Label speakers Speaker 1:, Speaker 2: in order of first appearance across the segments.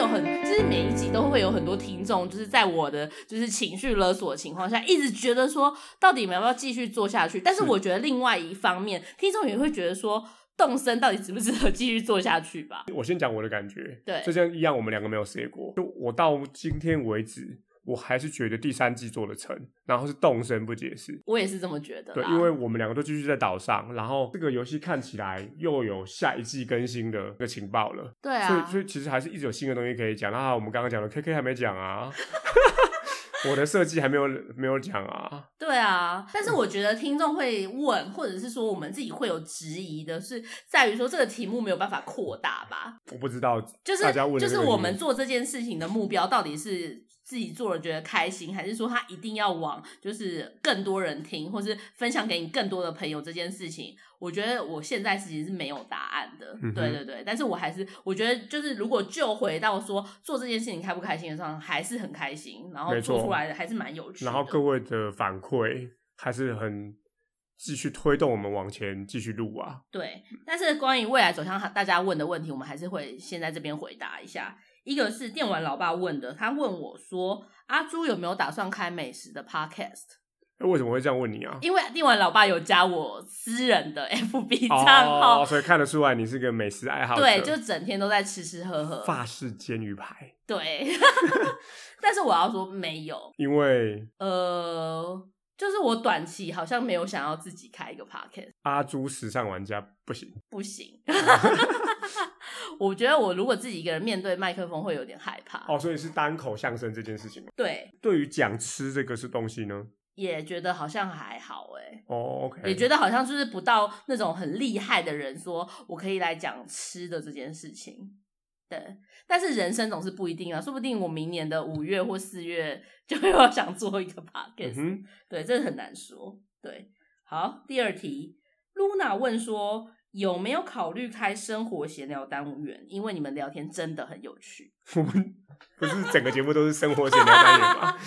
Speaker 1: 哦实每一集都会有很多听众，就是在我的就是情绪勒索的情况下，一直觉得说到底你们要不要继续做下去？但是我觉得另外一方面，听众也会觉得说动森到底值不值得继续做下去吧？
Speaker 2: 我先讲我的感觉，
Speaker 1: 对
Speaker 2: 就像一样，我们两个没有 say 过。就我到今天为止，我还是觉得第三季做的成，然后是动身不解释。
Speaker 1: 我也是这么觉得
Speaker 2: 对
Speaker 1: 啦。，
Speaker 2: 因为我们两个都继续在岛上，然后这个游戏看起来又有下一季更新的一个情报了，
Speaker 1: 对
Speaker 2: 所以
Speaker 1: 啊，
Speaker 2: 所以其实还是一直有新的东西可以讲。啊，我们刚刚讲的 KK 还没讲 啊，我的设计还没有没有讲啊，
Speaker 1: 对啊，但是我觉得听众会问，或者是说我们自己会有质疑的是，在于说这个题目没有办法扩大吧？
Speaker 2: 我不知道
Speaker 1: 就是
Speaker 2: 大家问
Speaker 1: 就
Speaker 2: 的
Speaker 1: 是
Speaker 2: 这个
Speaker 1: 我
Speaker 2: 题
Speaker 1: 们
Speaker 2: 目
Speaker 1: 做这件事情的目标到底是自己做了觉得开心，还是说他一定要往就是更多人听，或是分享给你更多的朋友这件事情？我觉得我现在其实是没有答案的，
Speaker 2: 嗯哼
Speaker 1: 对对对。但是我还是我觉得就是如果就回到说做这件事情开不开心的上，还是很开心，然后
Speaker 2: 没错
Speaker 1: 做出来的还是蛮有趣的。
Speaker 2: 然后各位的反馈还是很继续推动我们往前继续录啊。
Speaker 1: 对，但是关于未来走向，大家问的问题，我们还是会先在这边回答一下。一个是电玩老爸问的，他问我说：“阿朱有没有打算开美食的 podcast？”
Speaker 2: 那为什么会这样问你啊？
Speaker 1: 因为电玩老爸有加我私人的 FB 账号，
Speaker 2: 哦，所以看得出来你是个美食爱好者。
Speaker 1: 对，就整天都在吃吃喝喝。
Speaker 2: 法式煎鱼排，
Speaker 1: 对， 但是我要说没有，
Speaker 2: 因为
Speaker 1: 呃，就是我短期好像没有想要自己开一个 podcast。
Speaker 2: 阿朱时尚玩家不行。
Speaker 1: 不行。我觉得我如果自己一个人面对麦克风会有点害怕，
Speaker 2: 哦，所以是单口相声这件事情吗。
Speaker 1: 对，
Speaker 2: 对于讲吃这个是东西呢？
Speaker 1: 也觉得好像还好哎、
Speaker 2: 哦，OK，
Speaker 1: 也觉得好像就是不到那种很厉害的人说我可以来讲吃的这件事情。对，但是人生总是不一定啊，说不定我明年的五月或四月就要想做一个 podcast，、
Speaker 2: 嗯
Speaker 1: 对，这很难说。对，好，第二题，Luna 问说有没有考虑开生活闲聊单元？因为你们聊天真的很有趣。
Speaker 2: 哼，我们不是整个节目都是生活闲聊单元吗？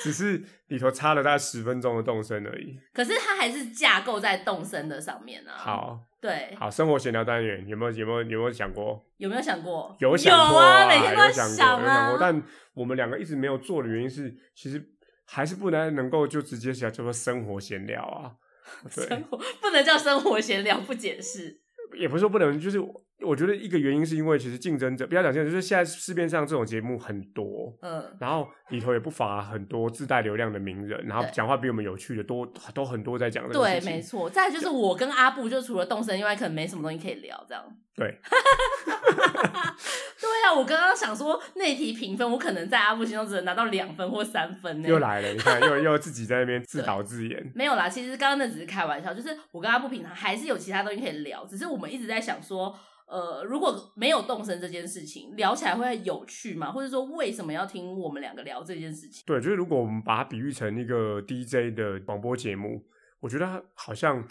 Speaker 2: 只是里头插了大概十分钟的动身而已。
Speaker 1: 可是它还是架构在动身的上面啊。，
Speaker 2: 好
Speaker 1: 对，
Speaker 2: 好，生活闲聊单元有没有有没有有没有想过？
Speaker 1: 有没有想过？
Speaker 2: 有想过
Speaker 1: 啊，每天都在
Speaker 2: 有想过，有想
Speaker 1: 啊
Speaker 2: 过。。但我们两个一直没有做的原因是，其实还是不能能够就直接写叫做生活闲聊啊。
Speaker 1: 生
Speaker 2: 对，
Speaker 1: 活不能叫生活闲聊不解释。
Speaker 2: 也不是说不能，就是我觉得一个原因是因为其实竞争者，不要讲竞争，就是现在市面上这种节目很多。
Speaker 1: 嗯，
Speaker 2: 然后里头也不乏很多自带流量的名人，然后
Speaker 1: 对
Speaker 2: 讲话比我们有趣的多，都很多在讲这个
Speaker 1: 对
Speaker 2: 事，情。
Speaker 1: 没错。再来就是我跟阿布，就除了动身以外，可能没什么东西可以聊，这样。
Speaker 2: 对，
Speaker 1: 对啊，我刚刚想说那题评分，我可能在阿布心中只能拿到两分或三分呢。
Speaker 2: 又来了，你看，又又自己在那 边自导自演。
Speaker 1: 没有啦，其实刚刚那只是开玩笑，就是我跟他不平常，还是有其他东西可以聊，只是我们一直在想说，呃，如果没有动身这件事情，聊起来会有趣吗？或者说为什么要听我们两个聊这件事情？
Speaker 2: 对，就是如果我们把它比喻成一个 DJ 的广播节目，我觉得它好像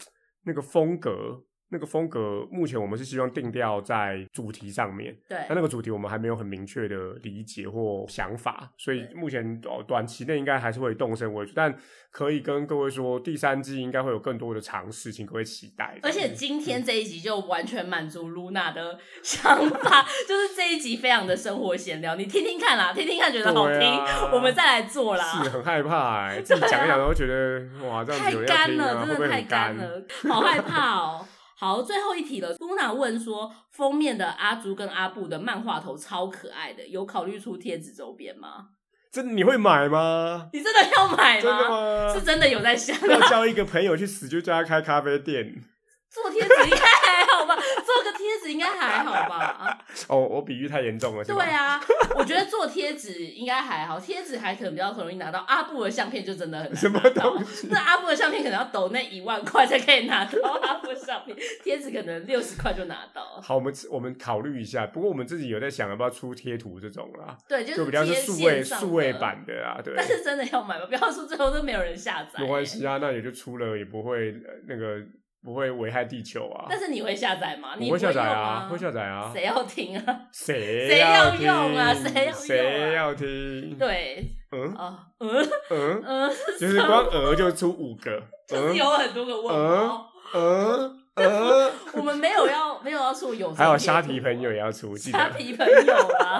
Speaker 2: 那个风格，那个风格，目前我们是希望定调在主题上面，
Speaker 1: 对
Speaker 2: 但，那个主题我们还没有很明确的理解或想法，所以
Speaker 1: 对
Speaker 2: 目前哦短期内应该还是会以动身为主，但可以跟各位说，第三季应该会有更多的尝试，请各位期待。
Speaker 1: 而且 今
Speaker 2: 嗯
Speaker 1: 天这一集就完全满足露娜的想法， 就是这一集非常的生活闲聊，你听听看啦，听听看觉得好听，
Speaker 2: 对啊
Speaker 1: 我们再来做
Speaker 2: 是
Speaker 1: 啦。啊
Speaker 2: 很害怕、 欸，自己讲一讲，然后觉得哇，这样
Speaker 1: 太
Speaker 2: 子有人要
Speaker 1: 干
Speaker 2: 听
Speaker 1: 了，
Speaker 2: 啊，会
Speaker 1: 真
Speaker 2: 不
Speaker 1: 的
Speaker 2: 会
Speaker 1: 太
Speaker 2: 很
Speaker 1: 干？了，好害怕 哦。好，最后一题了。Luna 问说，封面的阿朱跟阿布的漫画头超可爱的，有考虑出贴纸周边吗？
Speaker 2: 这你会买吗？
Speaker 1: 你真的要买
Speaker 2: 真的吗？
Speaker 1: 是真的有在想 啊
Speaker 2: 要叫一个朋友去死，就叫他开咖啡店。
Speaker 1: 做贴纸，应该还好吧？做个贴纸应该还好吧？啊
Speaker 2: 哦，我比喻太严重了，是吧
Speaker 1: 对，啊，我觉得做贴纸应该还好，贴纸还可能比较容易拿到。阿布的相片就真的很
Speaker 2: 什
Speaker 1: 难
Speaker 2: 么
Speaker 1: 拿到
Speaker 2: 东。西？
Speaker 1: 那阿布的相片可能要抖那一万块才可以拿到阿布的相片，贴纸可能六十块就拿到了。
Speaker 2: 好，我们我们考虑一下。不过我们自己有在想要不要出贴图这种啦，
Speaker 1: 对，就是
Speaker 2: 就比较是
Speaker 1: 贴
Speaker 2: 数位
Speaker 1: 线上的
Speaker 2: 数位。版的啊，对
Speaker 1: 但。是真的要买吗？不要说最后都没有人下载、欸
Speaker 2: 没关。系啊，那也就出了，也不会呃那个不会危害地球啊
Speaker 1: 但。是你会下载吗？你
Speaker 2: 我会下载
Speaker 1: 用
Speaker 2: 啊，会下载啊。
Speaker 1: 谁要听啊？
Speaker 2: 谁
Speaker 1: 谁
Speaker 2: 要
Speaker 1: 要用啊
Speaker 2: 听
Speaker 1: 谁要用啊
Speaker 2: 谁要听？
Speaker 1: 对，
Speaker 2: 嗯
Speaker 1: 哦，嗯
Speaker 2: 嗯，
Speaker 1: 嗯，
Speaker 2: 就是光鹅就出五个，
Speaker 1: 就是
Speaker 2: 嗯
Speaker 1: 有很多个问号。
Speaker 2: 嗯 呃，
Speaker 1: 我们没有要没有要出有
Speaker 2: 还有虾皮朋友也要出，记
Speaker 1: 虾
Speaker 2: 得。
Speaker 1: 皮朋友啊，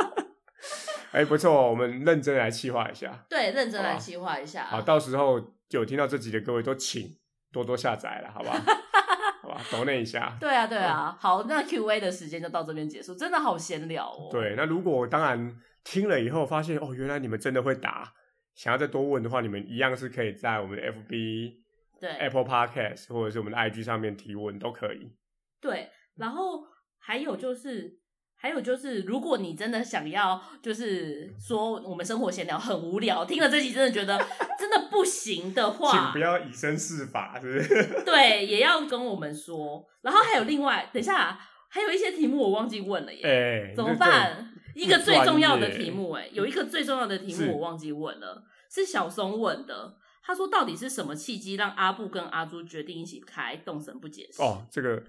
Speaker 2: 哎，不错，我们认真来计划一下。
Speaker 1: 对，认真
Speaker 2: 好
Speaker 1: 来
Speaker 2: 吧
Speaker 1: 计划一 下。
Speaker 2: 好，到时候有听到这集的各位都请多多下载了，好吧？ 好吧，抖那一下。
Speaker 1: 对啊，对啊，好，那 Q&A 的时间就到这边结束，真的好闲聊哦。，
Speaker 2: 对，那如果当然听了以后发现哦，原来你们真的会打，想要再多问的话，你们一样是可以在我们的 FB、
Speaker 1: 对，
Speaker 2: Apple Podcast 或者是我们的 IG 上面提问都可以。
Speaker 1: 对，然后还有就是。还有就是，如果你真的想要，就是说我们生活闲聊很无聊，听了这集真的觉得 真的不行的
Speaker 2: 请
Speaker 1: 话
Speaker 2: 不，要以身试法，是不 是？
Speaker 1: 对，也要跟我们说。然后还有另外，等一下啊还有一些题目我忘记问了耶。
Speaker 2: 哎，
Speaker 1: 怎
Speaker 2: 你
Speaker 1: 么
Speaker 2: 这
Speaker 1: 办？一个最重要的题目、
Speaker 2: 专
Speaker 1: 哎，
Speaker 2: 业
Speaker 1: 有一个最重要的题
Speaker 2: 是
Speaker 1: 目我忘记问了，是小松问的。他说：“到底是什么契机让阿布跟阿朱决定一起开动神不解释？”，
Speaker 2: 哦，这个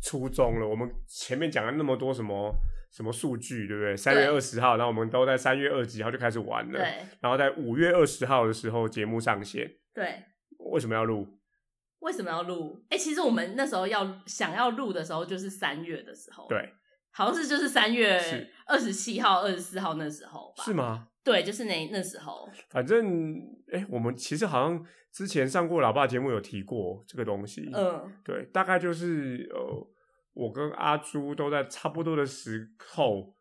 Speaker 2: 初衷了。我们前面讲了那么多什么什么数据，对不对？三月二十号，然后我们都在三月二十几号就开始玩了，
Speaker 1: 对
Speaker 2: 然后在五月二十号的时候节目上线。
Speaker 1: 对，
Speaker 2: 为什么要录？
Speaker 1: 为什么要录？哎、其实我们那时候要想要录的时候，就是三月的时候，
Speaker 2: 对，
Speaker 1: 好像是就是三月
Speaker 2: 是
Speaker 1: 二十七号、二十四号那时候吧，
Speaker 2: 是吗？
Speaker 1: 对，就是那那时候，
Speaker 2: 反正哎，我们其实好像之前上过老爸节目有提过这个东西。
Speaker 1: 嗯，
Speaker 2: 对，大概就是呃，我跟阿朱都在差不多的时候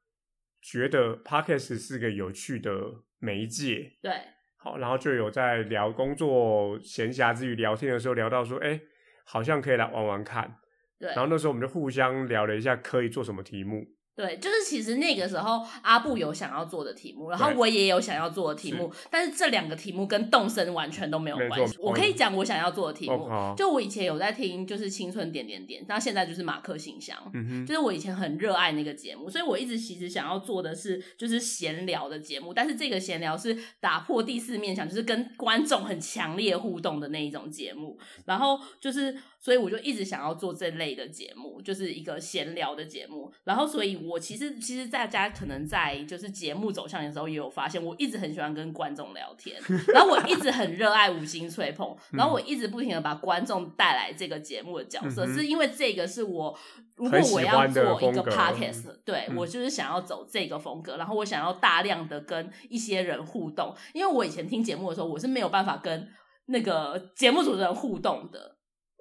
Speaker 2: 觉得 podcast 是个有趣的媒介。
Speaker 1: 对
Speaker 2: 好，然后就有在聊工作、闲暇之余聊天的时候聊到说，哎，好像可以来玩玩看。
Speaker 1: 对。
Speaker 2: 然后那时候我们就互相聊了一下可以做什么题目，
Speaker 1: 对，就是其实那个时候阿布有想要做的题目，然后
Speaker 2: 对
Speaker 1: 我也有想要做的题目，但是这两个题目跟动身完全都没有
Speaker 2: 没错
Speaker 1: 关系。我可以讲我想要做的题目，
Speaker 2: 哦好
Speaker 1: 就我以前有在听，就是青春点点点，那现在就是马克信箱。
Speaker 2: 嗯哼，
Speaker 1: 就是我以前很热爱那个节目，所以我一直其实想要做的是就是闲聊的节目，但是这个闲聊是打破第四面墙，就是跟观众很强烈互动的那一种节目。然后就是，所以我就一直想要做这类的节目，就是一个闲聊的节目。然后，所以我其实其实大家可能在就是节目走向的时候也有发现，我一直很喜欢跟观众聊 天，然后我一直很热爱五星吹捧，
Speaker 2: 嗯
Speaker 1: 然后我一直不停的把观众带来这个节目的角色，
Speaker 2: 嗯哼
Speaker 1: 是因为这个是我如果
Speaker 2: 很喜
Speaker 1: 我要
Speaker 2: 欢的
Speaker 1: 做一
Speaker 2: 风
Speaker 1: 个
Speaker 2: 格
Speaker 1: podcast，对、
Speaker 2: 嗯
Speaker 1: 我就是想要走这个风格，然后我想要大量的跟一些人互动，因为我以前听节目的时候，我是没有办法跟那个节目主持人互动的。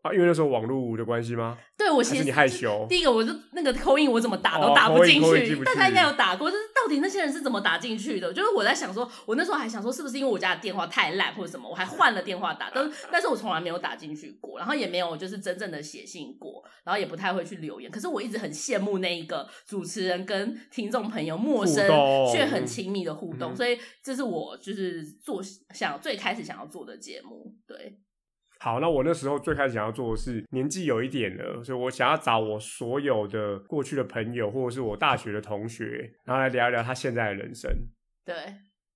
Speaker 2: 啊，因为那时候网络的关系吗？
Speaker 1: 对我
Speaker 2: 还
Speaker 1: 其
Speaker 2: 是
Speaker 1: 实
Speaker 2: 你害羞？
Speaker 1: 第一个，我就那个扣印，我怎么打
Speaker 2: 哦
Speaker 1: 都打不进
Speaker 2: call in，call
Speaker 1: 去。
Speaker 2: in 进不去
Speaker 1: 大家应该有打过，就是到底那些人是怎么打进去的？就是我在想说，我那时候还想说，是不是因为我家的电话太烂或者什么，我还换了电话打，但是但是我从来没有打进去过，然后也没有就是真正的写信过，然后也不太会去留言。可是我一直很羡慕那一个主持人跟听众朋友陌生
Speaker 2: 互动
Speaker 1: 却很亲密的互动，
Speaker 2: 嗯
Speaker 1: 所以这是我就是做想最开始想要做的节目。对，
Speaker 2: 好，那我那时候最开始想要做的是，年纪有一点了，所以我想要找我所有的过去的朋友，或者是我大学的同学，然后来聊一聊他现在的人生。
Speaker 1: 对。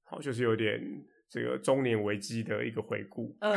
Speaker 2: 好，就是有点这个中年危机的一个回顾。
Speaker 1: 嗯，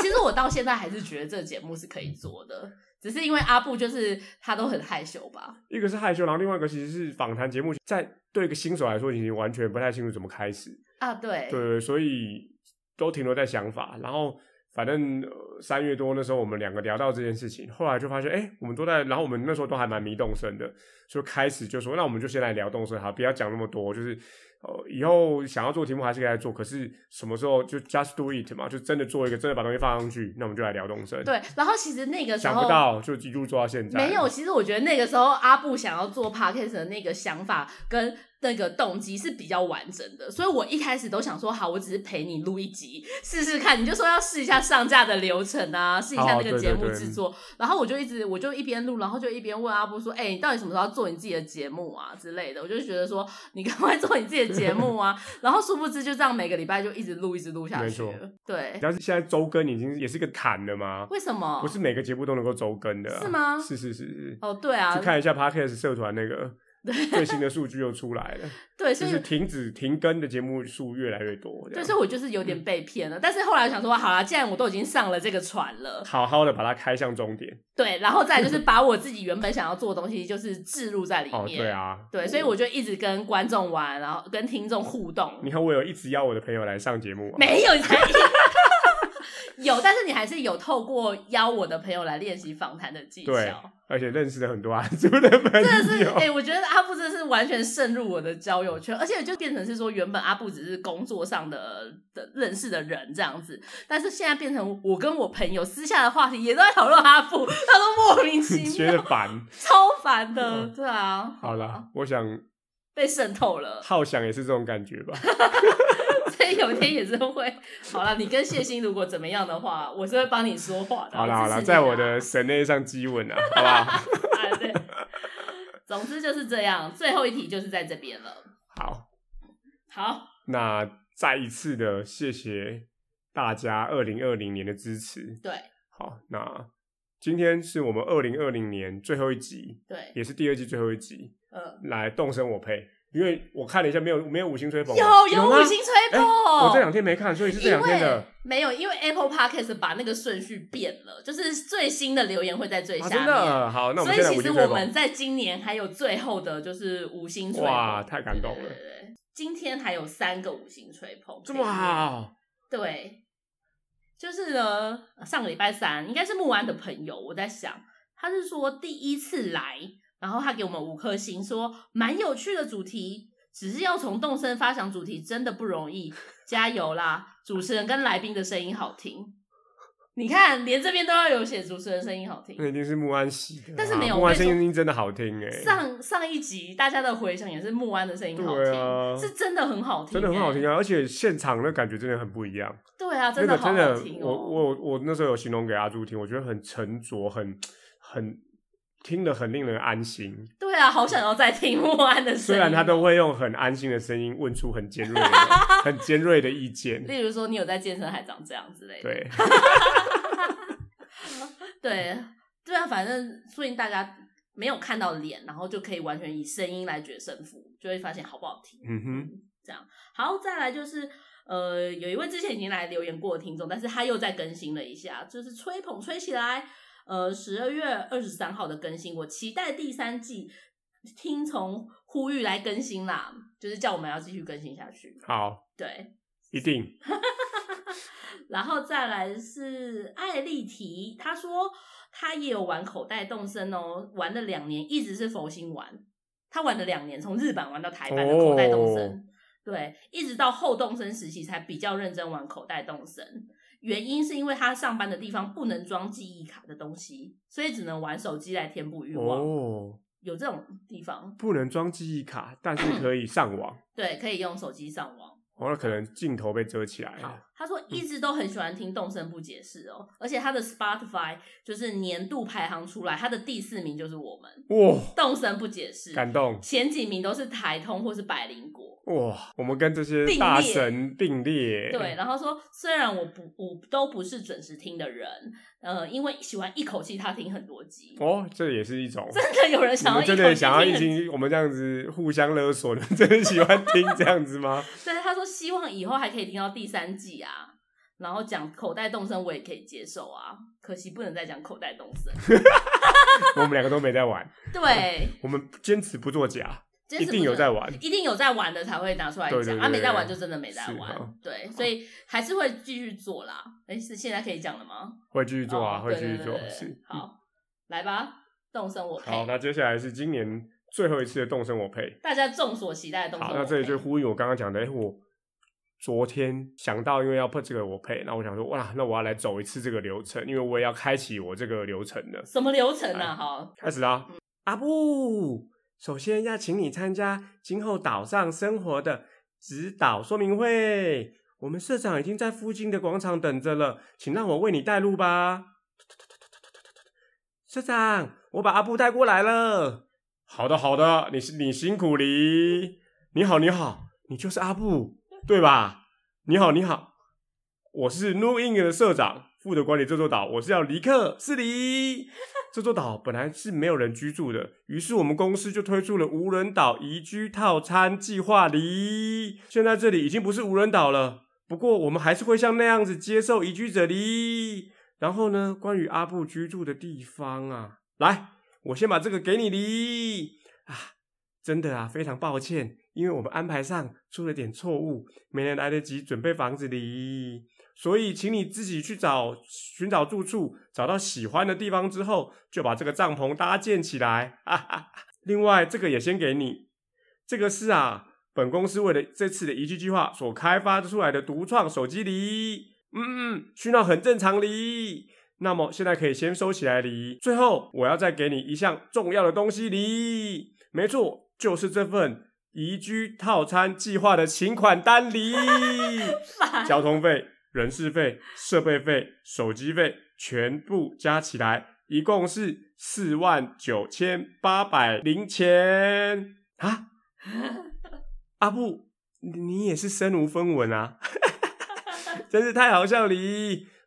Speaker 1: 其实我到现在还是觉得这个节目是可以做的，只是因为阿布就是他都很害羞吧。
Speaker 2: 一个是害羞，然后另外一个其实是访谈节目，在对一个新手来说，已经完全不太清楚怎么开始，
Speaker 1: 啊，对，
Speaker 2: 对，所以都停留在想法。然后反正呃三、月多那时候，我们两个聊到这件事情，后来就发现，哎、我们都在，然后我们那时候都还蛮迷动身的，就开始就说，那我们就先来聊动身，好，不要讲那么多，就是呃，以后想要做题目还是可以来做，可是什么时候就 just do it 嘛，就真的做一个，真的把东西放上去，那我们就来聊动身。，
Speaker 1: 对。然后其实那个时
Speaker 2: 想不
Speaker 1: 候
Speaker 2: 到就一路做到现在，
Speaker 1: 没有，其实我觉得那个时候阿布想要做 podcast 的那个想法跟那个动机是比较完整的，所以我一开始都想说，好，我只是陪你录一集试试看，你就说要试一下上架的流程啊，试一
Speaker 2: 哦
Speaker 1: 下那
Speaker 2: 对
Speaker 1: 个节
Speaker 2: 对
Speaker 1: 目
Speaker 2: 对
Speaker 1: 制作，然后我就一直我就一边录，然后就一边问阿布说，哎、你到底什么时候要做你自己的节目啊之类的？我就觉得说，你赶快做你自己的节 目啊，然后殊不知就这样每个礼拜就一直录一直录下
Speaker 2: 没
Speaker 1: 去
Speaker 2: 错
Speaker 1: 了，对，
Speaker 2: 但是现在周更已经也是个坎了吗？
Speaker 1: 为什么？
Speaker 2: 不是每个节目都能够周更的、啊，
Speaker 1: 哦是吗
Speaker 2: 是是是是。
Speaker 1: 哦，对啊
Speaker 2: 去，看一下 Podcast 社团那 个最新的数据又出来了，
Speaker 1: 对，所
Speaker 2: 就
Speaker 1: 以
Speaker 2: 是停止停更的节目数越来越多，这
Speaker 1: 对，
Speaker 2: 样
Speaker 1: 所以我就是有
Speaker 2: 嗯
Speaker 1: 点被骗了。但是后来想说，好啦，既然我都已经上了这个船 了，
Speaker 2: 好好的把它开向终点。
Speaker 1: 对，然后再来就是把我自己原本想要做的东西，就是置入在里
Speaker 2: 哦，
Speaker 1: 面。
Speaker 2: 对啊，
Speaker 1: 对所以我就一直跟观众玩，然后跟听众互动。
Speaker 2: 你看我有一直邀我的朋友来上节目、啊，
Speaker 1: 没有，你才一有， 但是你还是有透过邀我的朋友来练习访谈的技
Speaker 2: 对
Speaker 1: 巧。，
Speaker 2: 而且认识了很多阿朱的朋
Speaker 1: 真的是，
Speaker 2: 友
Speaker 1: 哎、。我觉得阿布真的是完全渗入我的交友圈，而且就变成是说，原本阿布只是工作上的的认识的人这样子，但是现在变成我跟我朋友私下的话题也都在讨论阿布，他都莫名其
Speaker 2: 觉得
Speaker 1: 妙，
Speaker 2: 烦。
Speaker 1: 超烦的，
Speaker 2: 嗯
Speaker 1: 对啊，
Speaker 2: 好了，我想
Speaker 1: 被渗透了，
Speaker 2: 浩翔也是这种感觉吧。
Speaker 1: 所以有一天也是会，好了，你跟谢欣如果怎么样的话，我是会帮你说话的，
Speaker 2: 好啦好啦，
Speaker 1: 了，
Speaker 2: 在我的神内上激吻啊，好不 好？
Speaker 1: 啊对，总之就是这样，最后一题就是在这边了，
Speaker 2: 好，
Speaker 1: 好。
Speaker 2: 那再一次的谢谢大家二零二零年的支持。
Speaker 1: 对
Speaker 2: 好，那今天是我们二零二零年最后一集，
Speaker 1: 对，
Speaker 2: 也是第二季最后一集，
Speaker 1: 嗯，
Speaker 2: 来动身我配，因为我看了一下，没有没有五星吹捧啊，
Speaker 1: 有
Speaker 2: 有
Speaker 1: 有
Speaker 2: 吗
Speaker 1: 五星吹哦捧，
Speaker 2: 我这两天没看，所以是这两天的。
Speaker 1: 因为没有，因为 Apple Podcast 把那个顺序变了，就是最新的留言会在最
Speaker 2: 啊，
Speaker 1: 下
Speaker 2: 真
Speaker 1: 面。
Speaker 2: 的好，那我
Speaker 1: 所
Speaker 2: 们
Speaker 1: 以
Speaker 2: 现在
Speaker 1: 其
Speaker 2: 五
Speaker 1: 实
Speaker 2: 星吹
Speaker 1: 我
Speaker 2: 捧
Speaker 1: 们，在今年还有最后的，就是五星吹捧，
Speaker 2: 哇太感动了
Speaker 1: 对对对对今天还有三个五星吹捧，
Speaker 2: 这么好，
Speaker 1: 对，就是呢，上个礼拜三应该是木安的朋友，我在想，他是说第一次来，然后他给我们五颗星，说蛮有趣的主题，只是要从动身发想主题真的不容易，加油啦！主持人跟来宾的声音好听，你看连这边都要有写主持人声音好听。
Speaker 2: 那一定是木安喜的啊，
Speaker 1: 但是没有
Speaker 2: 木安
Speaker 1: 我跟
Speaker 2: 声
Speaker 1: 你说
Speaker 2: 音真的好听哎，
Speaker 1: 上上一集大家的回响也是木安的声音好
Speaker 2: 对
Speaker 1: 听，
Speaker 2: 啊
Speaker 1: 是真的很好听、
Speaker 2: 真的很好听
Speaker 1: 啊！
Speaker 2: 啊，而且现场的感觉真的很不一样。
Speaker 1: 对啊，
Speaker 2: 那
Speaker 1: 真
Speaker 2: 个
Speaker 1: 的好
Speaker 2: 真
Speaker 1: 好
Speaker 2: 的
Speaker 1: 听，哦、
Speaker 2: 我我我那时候有形容给阿朱听，我觉得很沉着，很很听得很令人安心。
Speaker 1: 对啊，好想要再听木安的声音。
Speaker 2: 虽然他都会用很安心的声音问出很尖锐 的、很尖锐的意见，
Speaker 1: 例如说你有在健身还长这样之类的。
Speaker 2: 对，
Speaker 1: 对对啊，反正所以大家没有看到脸，然后就可以完全以声音来决胜负，就会发现好不好听。
Speaker 2: 嗯哼，
Speaker 1: 嗯，这样好，再来就是。呃，有一位之前已经来留言过的听众，但是他又再更新了一下，就是吹捧吹起来。呃，十二月二十三号的更新，我期待第三季，听从呼吁来更新啦，就是叫我们要继续更新下去。
Speaker 2: 好，
Speaker 1: 对，
Speaker 2: 一定
Speaker 1: 然后再来是艾丽缇，她说她也有玩口袋动森哦，玩了两年，一直是佛心玩。她玩了两年，从日版玩到台版的口袋动森，
Speaker 2: 哦
Speaker 1: 对，一直到后动森时期才比较认真玩口袋动森。原因是因为她上班的地方不能装记忆卡的东西，所以只能玩手机来填补欲望。
Speaker 2: 哦。
Speaker 1: 有这种地方，
Speaker 2: 不能装记忆卡，但是可以上网。
Speaker 1: 对，可以用手机上网。
Speaker 2: 哦，那可能镜头被遮起来
Speaker 1: 好
Speaker 2: 了。，
Speaker 1: 他说一直都很喜欢听动声部解释哦，而且他的 Spotify 就是年度排行出来，他的第四名就是我们
Speaker 2: 哇，
Speaker 1: 动声不解释，
Speaker 2: 感动
Speaker 1: 前几名都是台通或是百灵果。
Speaker 2: 哇！我们跟这些
Speaker 1: 并列
Speaker 2: 大神并列，
Speaker 1: 对，，然后说虽然我不我都不是准时听的人，呃，因为喜欢一口气他听很多集，
Speaker 2: 哦，这也是一 种
Speaker 1: 真的有人
Speaker 2: 你
Speaker 1: 想要
Speaker 2: 们
Speaker 1: 一
Speaker 2: 真
Speaker 1: 口气
Speaker 2: 的想要
Speaker 1: 听
Speaker 2: 一
Speaker 1: 很
Speaker 2: 听我们这样子互相勒索？你们真的喜欢听这样子 吗？
Speaker 1: 对，他说希望以后还可以听到第三季啊。然后讲口袋动声我也可以接受啊，可惜不能再讲口袋动声。
Speaker 2: 我们两个都没在玩，
Speaker 1: 对，
Speaker 2: 我们坚持不作假，
Speaker 1: 真
Speaker 2: 一
Speaker 1: 是不
Speaker 2: 定有
Speaker 1: 能
Speaker 2: 在玩。
Speaker 1: 一定有在玩的才会拿出来
Speaker 2: 对对
Speaker 1: 讲，
Speaker 2: 对
Speaker 1: 啊，
Speaker 2: 对
Speaker 1: 没在玩
Speaker 2: 对
Speaker 1: 就真的没在
Speaker 2: 是啊
Speaker 1: 玩，对，所以还是会继续做啦。哎，是现在可以讲了吗？
Speaker 2: 会继续做啊，
Speaker 1: 哦
Speaker 2: 会继续
Speaker 1: 对对
Speaker 2: 做
Speaker 1: 对。对
Speaker 2: 是，
Speaker 1: 好，来吧，动身我
Speaker 2: 好，
Speaker 1: 配，
Speaker 2: 那接下来是今年最后一次的动身我配。
Speaker 1: 大家众所期待的动身
Speaker 2: 好，
Speaker 1: 我配。
Speaker 2: 那这里就呼应我刚刚讲的，哎、我昨天想到，因为要配这个我配，那我想说，哇，那我要来走一次这个流程，因为我也要开启我这个流程了。
Speaker 1: 什么流程
Speaker 2: 哎
Speaker 1: 啊？好，
Speaker 2: 开始啦！阿布，首先要请你参加今后岛上生活的指导说明会。我们社长已经在附近的广场等着了，请让我为你带路吧。社长，我把阿布带过来了。好的，好的，你是你辛苦你，你好，你好，你就是阿布对吧？你好，你好，我是 New England 的社长，负责管理这座岛，我是要离克是离。这座岛本来是没有人居住的，于是我们公司就推出了无人岛宜居套餐计划哩。现在这里已经不是无人岛了，不过我们还是会像那样子接受移居者哩。然后呢，关于阿布居住的地方啊，来，我先把这个给你哩。啊，真的啊，非常抱歉，因为我们安排上出了点错误，没能来得及准备房子里，所以请你自己去找寻找住处，找到喜欢的地方之后，就把这个帐篷搭建起来。 哈哈。另外，这个也先给你，这个是啊，本公司为了这次的宜居计划所开发出来的独创手机梨。嗯嗯，需要很正常梨。那么现在可以先收起来梨。最后，我要再给你一项重要的东西梨。没错，就是这份宜居套餐计划的请款单梨。 交通费、人事费、设备费、手机费全部加起来，一共是四万九千八百零钱啊！阿布，你你也是身无分文啊！ 真是太好笑了！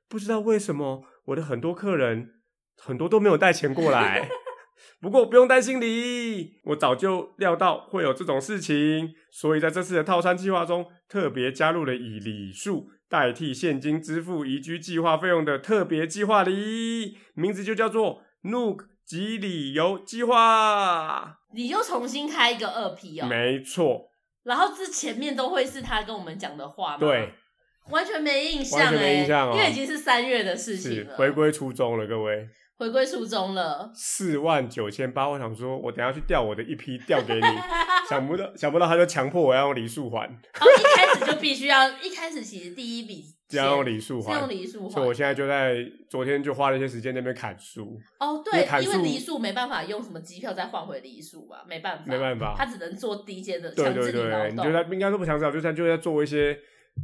Speaker 2: 不知道为什么，我的很多客人很多都没有带钱过来。不过不用担心你，我早就料到会有这种事情，所以在这次的套餐计划中，特别加入了以礼数代替现金支付移居计划费用的特别计划里，名字就叫做 Nook 及旅游计划。
Speaker 1: 你又重新开一个二 P 哦，
Speaker 2: 没错，
Speaker 1: 然后这前面都会是他跟我们讲的话吗？
Speaker 2: 对，，
Speaker 1: 完全没印象、欸，
Speaker 2: 完全没印象哦
Speaker 1: 因为已经是三月的事
Speaker 2: 是
Speaker 1: 情了，
Speaker 2: 回归初衷了，各位。
Speaker 1: 回归初中了。
Speaker 2: 四万九千八，我想说，我等一下去调我的一批调给你，想不到想不到他就强迫我要用礼数还，
Speaker 1: 然后一开始就必须要，一开始其实第一 笔
Speaker 2: 就要用礼数
Speaker 1: 是
Speaker 2: 还
Speaker 1: 用，梨树
Speaker 2: 所以
Speaker 1: 还
Speaker 2: 我。现在就在昨天就花了一些时间在那边砍树，
Speaker 1: 哦，
Speaker 2: 因为
Speaker 1: 对
Speaker 2: 砍，
Speaker 1: 因为
Speaker 2: 树
Speaker 1: 梨树没办法用什么机票再换回梨树吧，没办法，
Speaker 2: 没办法
Speaker 1: 他只能做低阶的
Speaker 2: 对
Speaker 1: 强
Speaker 2: 对
Speaker 1: 制你劳
Speaker 2: 对，你
Speaker 1: 动。
Speaker 2: 就在应该说不强制劳动，就在就在做一些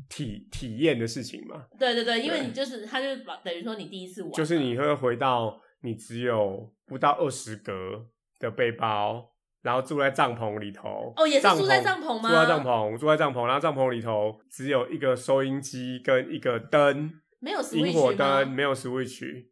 Speaker 2: 体体验的事情嘛，
Speaker 1: 对对对，因为
Speaker 2: 对
Speaker 1: 你就是他就是把等于说你第一次玩嘛，
Speaker 2: 就是你会回到你只有不到二十格的背包，然后住在帐篷里头，
Speaker 1: 哦，也是住在
Speaker 2: 篷
Speaker 1: 帐篷吗？
Speaker 2: 住在帐篷，住在帐篷，然后帐篷里头只有一个收音机跟一个灯，
Speaker 1: 没有
Speaker 2: 萤火
Speaker 1: Switch
Speaker 2: 灯，
Speaker 1: 吗？
Speaker 2: 没有 Switch，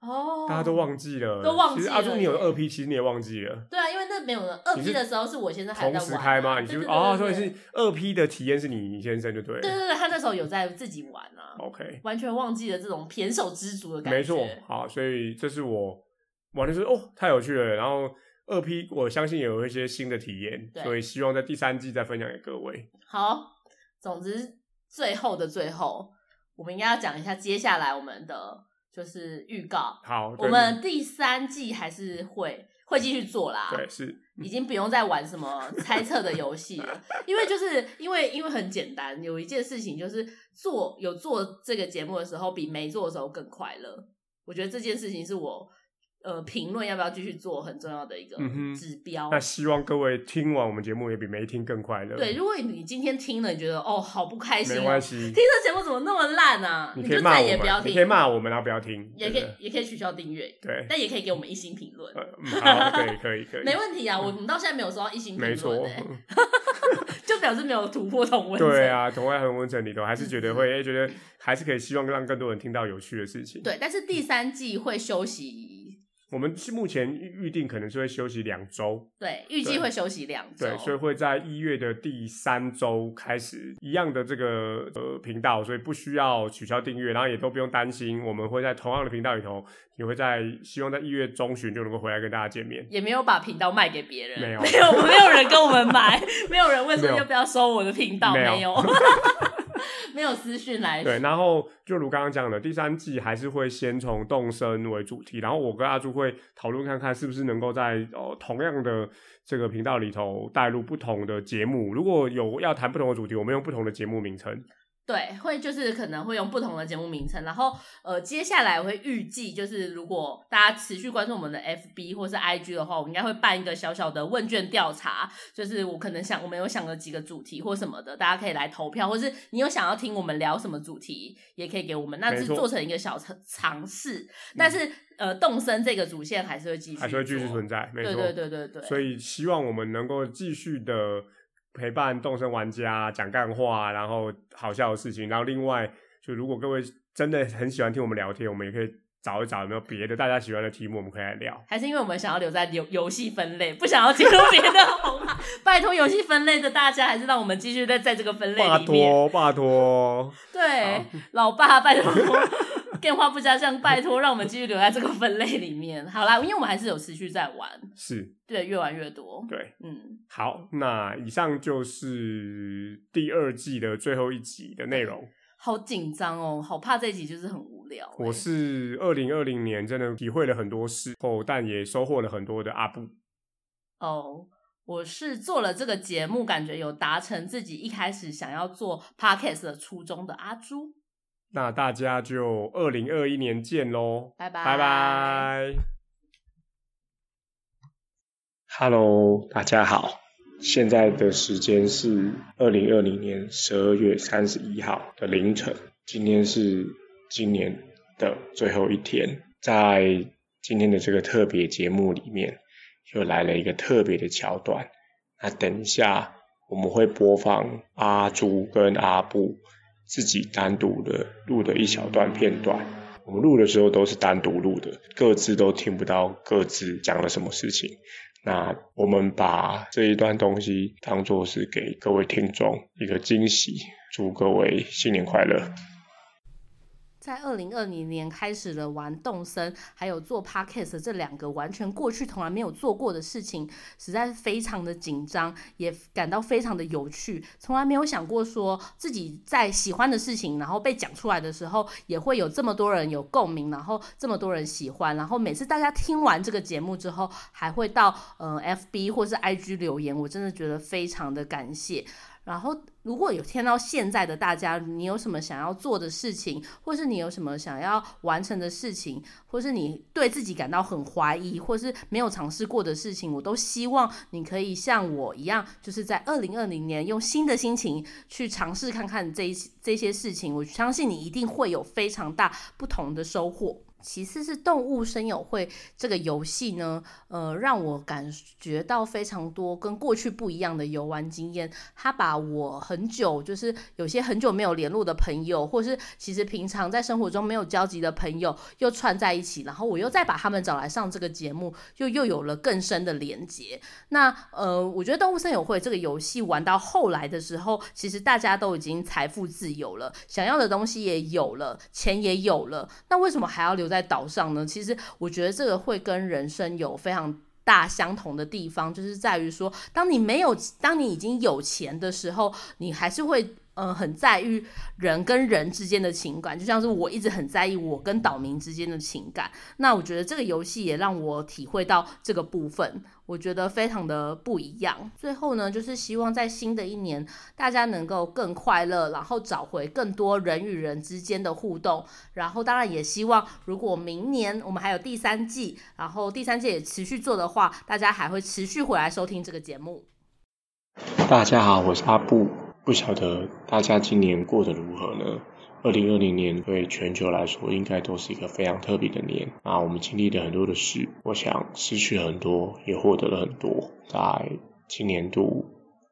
Speaker 1: 哦，
Speaker 2: 大家都忘记了，
Speaker 1: 都忘
Speaker 2: 其
Speaker 1: 记了
Speaker 2: 实阿朱你有
Speaker 1: 耶
Speaker 2: 二 P，其实你也忘记了。
Speaker 1: 对啊，因为那没有了。二
Speaker 2: 你
Speaker 1: P
Speaker 2: 是
Speaker 1: 的时候是我先生还
Speaker 2: 同
Speaker 1: 在玩
Speaker 2: 时
Speaker 1: 啊，
Speaker 2: 开吗？你
Speaker 1: 对
Speaker 2: 就
Speaker 1: 对对
Speaker 2: 哦，所以
Speaker 1: 对对
Speaker 2: 是二 P 的体验是你你先生就对了。
Speaker 1: 对对对，他那时候有在自己玩啊，
Speaker 2: OK，
Speaker 1: 完全忘记了这种胼手知足的感觉。
Speaker 2: 没错，好，所以这是我玩的是哦，太有趣了。然后二 P 我相信也有一些新的体验，
Speaker 1: 对
Speaker 2: 所以希望在第三季再分享给各位。
Speaker 1: 好，总之最后的最后，我们应该要讲一下接下来我们的就是预告。
Speaker 2: 好，
Speaker 1: 我们第三季还是会会继续做啦，
Speaker 2: 对对是
Speaker 1: 已经不用再玩什么猜测的游戏了，因为就是因为因为很简单，有一件事情就是做有做这个节目的时候比没做的时候更快乐。我觉得这件事情是我呃评论要不要继续做很重要的一个
Speaker 2: 嗯哼
Speaker 1: 指标。
Speaker 2: 那希望各位听完我们节目也比没听更快乐。
Speaker 1: 对，，如果你今天听了你觉得哦好不开心、
Speaker 2: 没
Speaker 1: 哦，
Speaker 2: 关系
Speaker 1: 听，这节目怎么那么烂啊？
Speaker 2: 你可以
Speaker 1: 就
Speaker 2: 骂
Speaker 1: 再
Speaker 2: 我
Speaker 1: 也
Speaker 2: 们
Speaker 1: 不要，
Speaker 2: 你
Speaker 1: 听，
Speaker 2: 可以骂我们，然后不要听，
Speaker 1: 也可
Speaker 2: 对
Speaker 1: 以也可以取消订阅，
Speaker 2: 对。
Speaker 1: 但也可以给我们一星评论，
Speaker 2: 呃 嗯好，可以可以可以，嗯
Speaker 1: 没问题啊。我们到现在没有收到一星
Speaker 2: 没
Speaker 1: 评论、
Speaker 2: 错，
Speaker 1: 欸， 就表示没有突破同温层。嗯
Speaker 2: 对，啊，同爱很文成里头还是觉得会，哎觉得还是可以希望让更多人听到有趣的事情。，
Speaker 1: 对，但是第三季会休息，
Speaker 2: 我们是目前预预定可能是会休息两周，
Speaker 1: 对，预计
Speaker 2: 对
Speaker 1: 会休息两周。
Speaker 2: 对，所以会在一月的第三周开始一样的这个呃频道，所以不需要取消订阅，然后也都不用担心，我们会在同样的频道里头，也会在希望在一月中旬就能够回来跟大家见面。
Speaker 1: 也没有把频道卖给别人，
Speaker 2: 没有
Speaker 1: 没有，没有人跟我们买， 没有人问说
Speaker 2: 没有
Speaker 1: 要不要收我的频道，
Speaker 2: 没
Speaker 1: 没
Speaker 2: 有
Speaker 1: 有， 没有私讯来，
Speaker 2: 对，然后就如刚刚讲的，第三季还是会先从动身为主题，然后我跟阿朱会讨论看看是不是能够在呃同样的这个频道里头带入不同的节目。如果有要谈不同的主题，我们用不同的节目名称。
Speaker 1: 对，会就是可能会用不同的节目名称，然后呃，接下来我会预计就是如果大家持续关注我们的 FB 或是 IG 的话，我应该会办一个小小的问卷调查，就是我可能想我们有想了几个主题或什么的，大家可以来投票，或是你有想要听我们聊什么主题，也可以给我们，那
Speaker 2: 没
Speaker 1: 是
Speaker 2: 错嗯
Speaker 1: 做成一个小尝尝试，但是、呃，动身这个主线还是会继续，
Speaker 2: 还是会继续存
Speaker 1: 在，
Speaker 2: 在，没错。
Speaker 1: 对对对对对，
Speaker 2: 所以希望我们能够继续的陪伴动身玩家讲干话，然后好笑的事情。然后另外，就如果各位真的很喜欢听我们聊天，我们也可以找一找有没有别的大家喜欢的题目，我们可以来聊。
Speaker 1: 还是因为我们想要留在游游戏分类，不想要进入别的红海。拜托，游戏分类的大家，还是让我们继续在在这个分类
Speaker 2: 拜
Speaker 1: 里面。
Speaker 2: 托，拜托，
Speaker 1: 对，老爸，拜托，电话不加酱，拜托让我们继续留在这个分类里面。好啦，因为我们还是有持续在玩，
Speaker 3: 是
Speaker 1: 对，越玩越多。
Speaker 3: 对。
Speaker 1: 嗯，
Speaker 3: 好，那以上就是第二季的最后一集的内容。
Speaker 1: 好紧张哦，好怕这一集就是很无聊、
Speaker 3: 我
Speaker 1: 欸
Speaker 3: 是二零二零年真的体会了很多事后，但也收获了很多的阿布。
Speaker 1: 哦。我是做了这个节目，感觉有达成自己一开始想要做 podcast 的初衷的阿朱，
Speaker 3: 那大家就二零二一年见喽，
Speaker 1: 拜拜
Speaker 3: 拜拜。
Speaker 2: Hello，大家好，现在的时间是二零二零年十二月三十一号的凌晨。今天是今年的最后一天，在今天的这个特别节目里面，又来了一个特别的桥段。那等一下我们会播放阿朱跟阿布自己单独的录的一小段片段。我们录的时候都是单独录的，各自都听不到各自讲了什么事情。那我们把这一段东西当做是给各位听众一个惊喜，祝各位新年快乐。
Speaker 1: 在二零二零年开始了玩动森，还有做 podcast 这两个完全过去从来没有做过的事情，实在是非常的紧张，也感到非常的有趣。从来没有想过说自己在喜欢的事情，然后被讲出来的时候，也会有这么多人有共鸣，然后这么多人喜欢，然后每次大家听完这个节目之后，还会到呃 FB 或是 IG 留言，我真的觉得非常的感谢。然后，如果有听到现在的大家，你有什么想要做的事情，或是你有什么想要完成的事情，或是你对自己感到很怀疑，或是没有尝试过的事情，我都希望你可以像我一样，就是在二零二零年用新的心情去尝试看看这一这些事情。我相信你一定会有非常大不同的收获。其次是动物声友会这个游戏呢，呃，让我感觉到非常多跟过去不一样的游玩经验。他把我很久，就是有些很久没有联络的朋友，或是其实平常在生活中没有交集的朋友，又串在一起，然后我又再把他们找来上这个节目，又又有了更深的连接。那呃，我觉得《动物森友会》这个游戏玩到后来的时候，其实大家都已经财富自由了，想要的东西也有了，钱也有了，那为什么还要留在岛上呢？其实我觉得这个会跟人生有非常。大相同的地方就是在于说，当你没有，当你已经有钱的时候，你还是会呃很在意人跟人之间的情感，就像是我一直很在意我跟岛民之间的情感。那我觉得这个游戏也让我体会到这个部分，我觉得非常的不一样。最后呢，就是希望在新的一年，大家能够更快乐，然后找回更多人与人之间的互动。然后当然也希望，如果明年我们还有第三季，然后第三季也持续做的话，大家还会持续回来收听这个节目。
Speaker 2: 大家好，我是阿布。不晓得大家今年过得如何呢？二零二零年对全球来说，应该都是一个非常特别的年啊。我们经历了很多的事，我想失去了很多，也获得了很多。在今年度，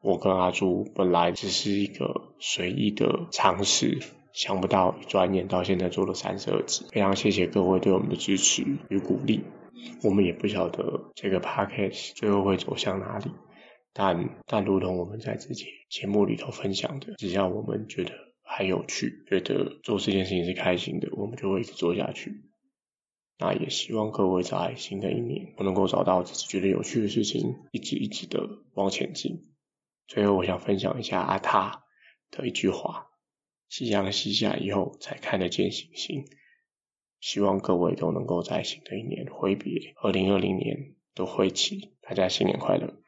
Speaker 2: 我跟阿朱本来只是一个随意的尝试，想不到一转眼到现在做了三十二集，非常谢谢各位对我们的支持与鼓励。我们也不晓得这个 podcast 最后会走向哪里。但但如同我们在自己节目里头分享的，只要我们觉得还有趣，觉得做这件事情是开心的，我们就会一直做下去。那也希望各位在新的一年，都能够找到自己觉得有趣的事情，一直一直的往前进。最后，我想分享一下阿塔的一句话：“夕阳西下以后，才看得见星星。”希望各位都能够在新的一年挥别二零二零年的晦气，大家新年快乐！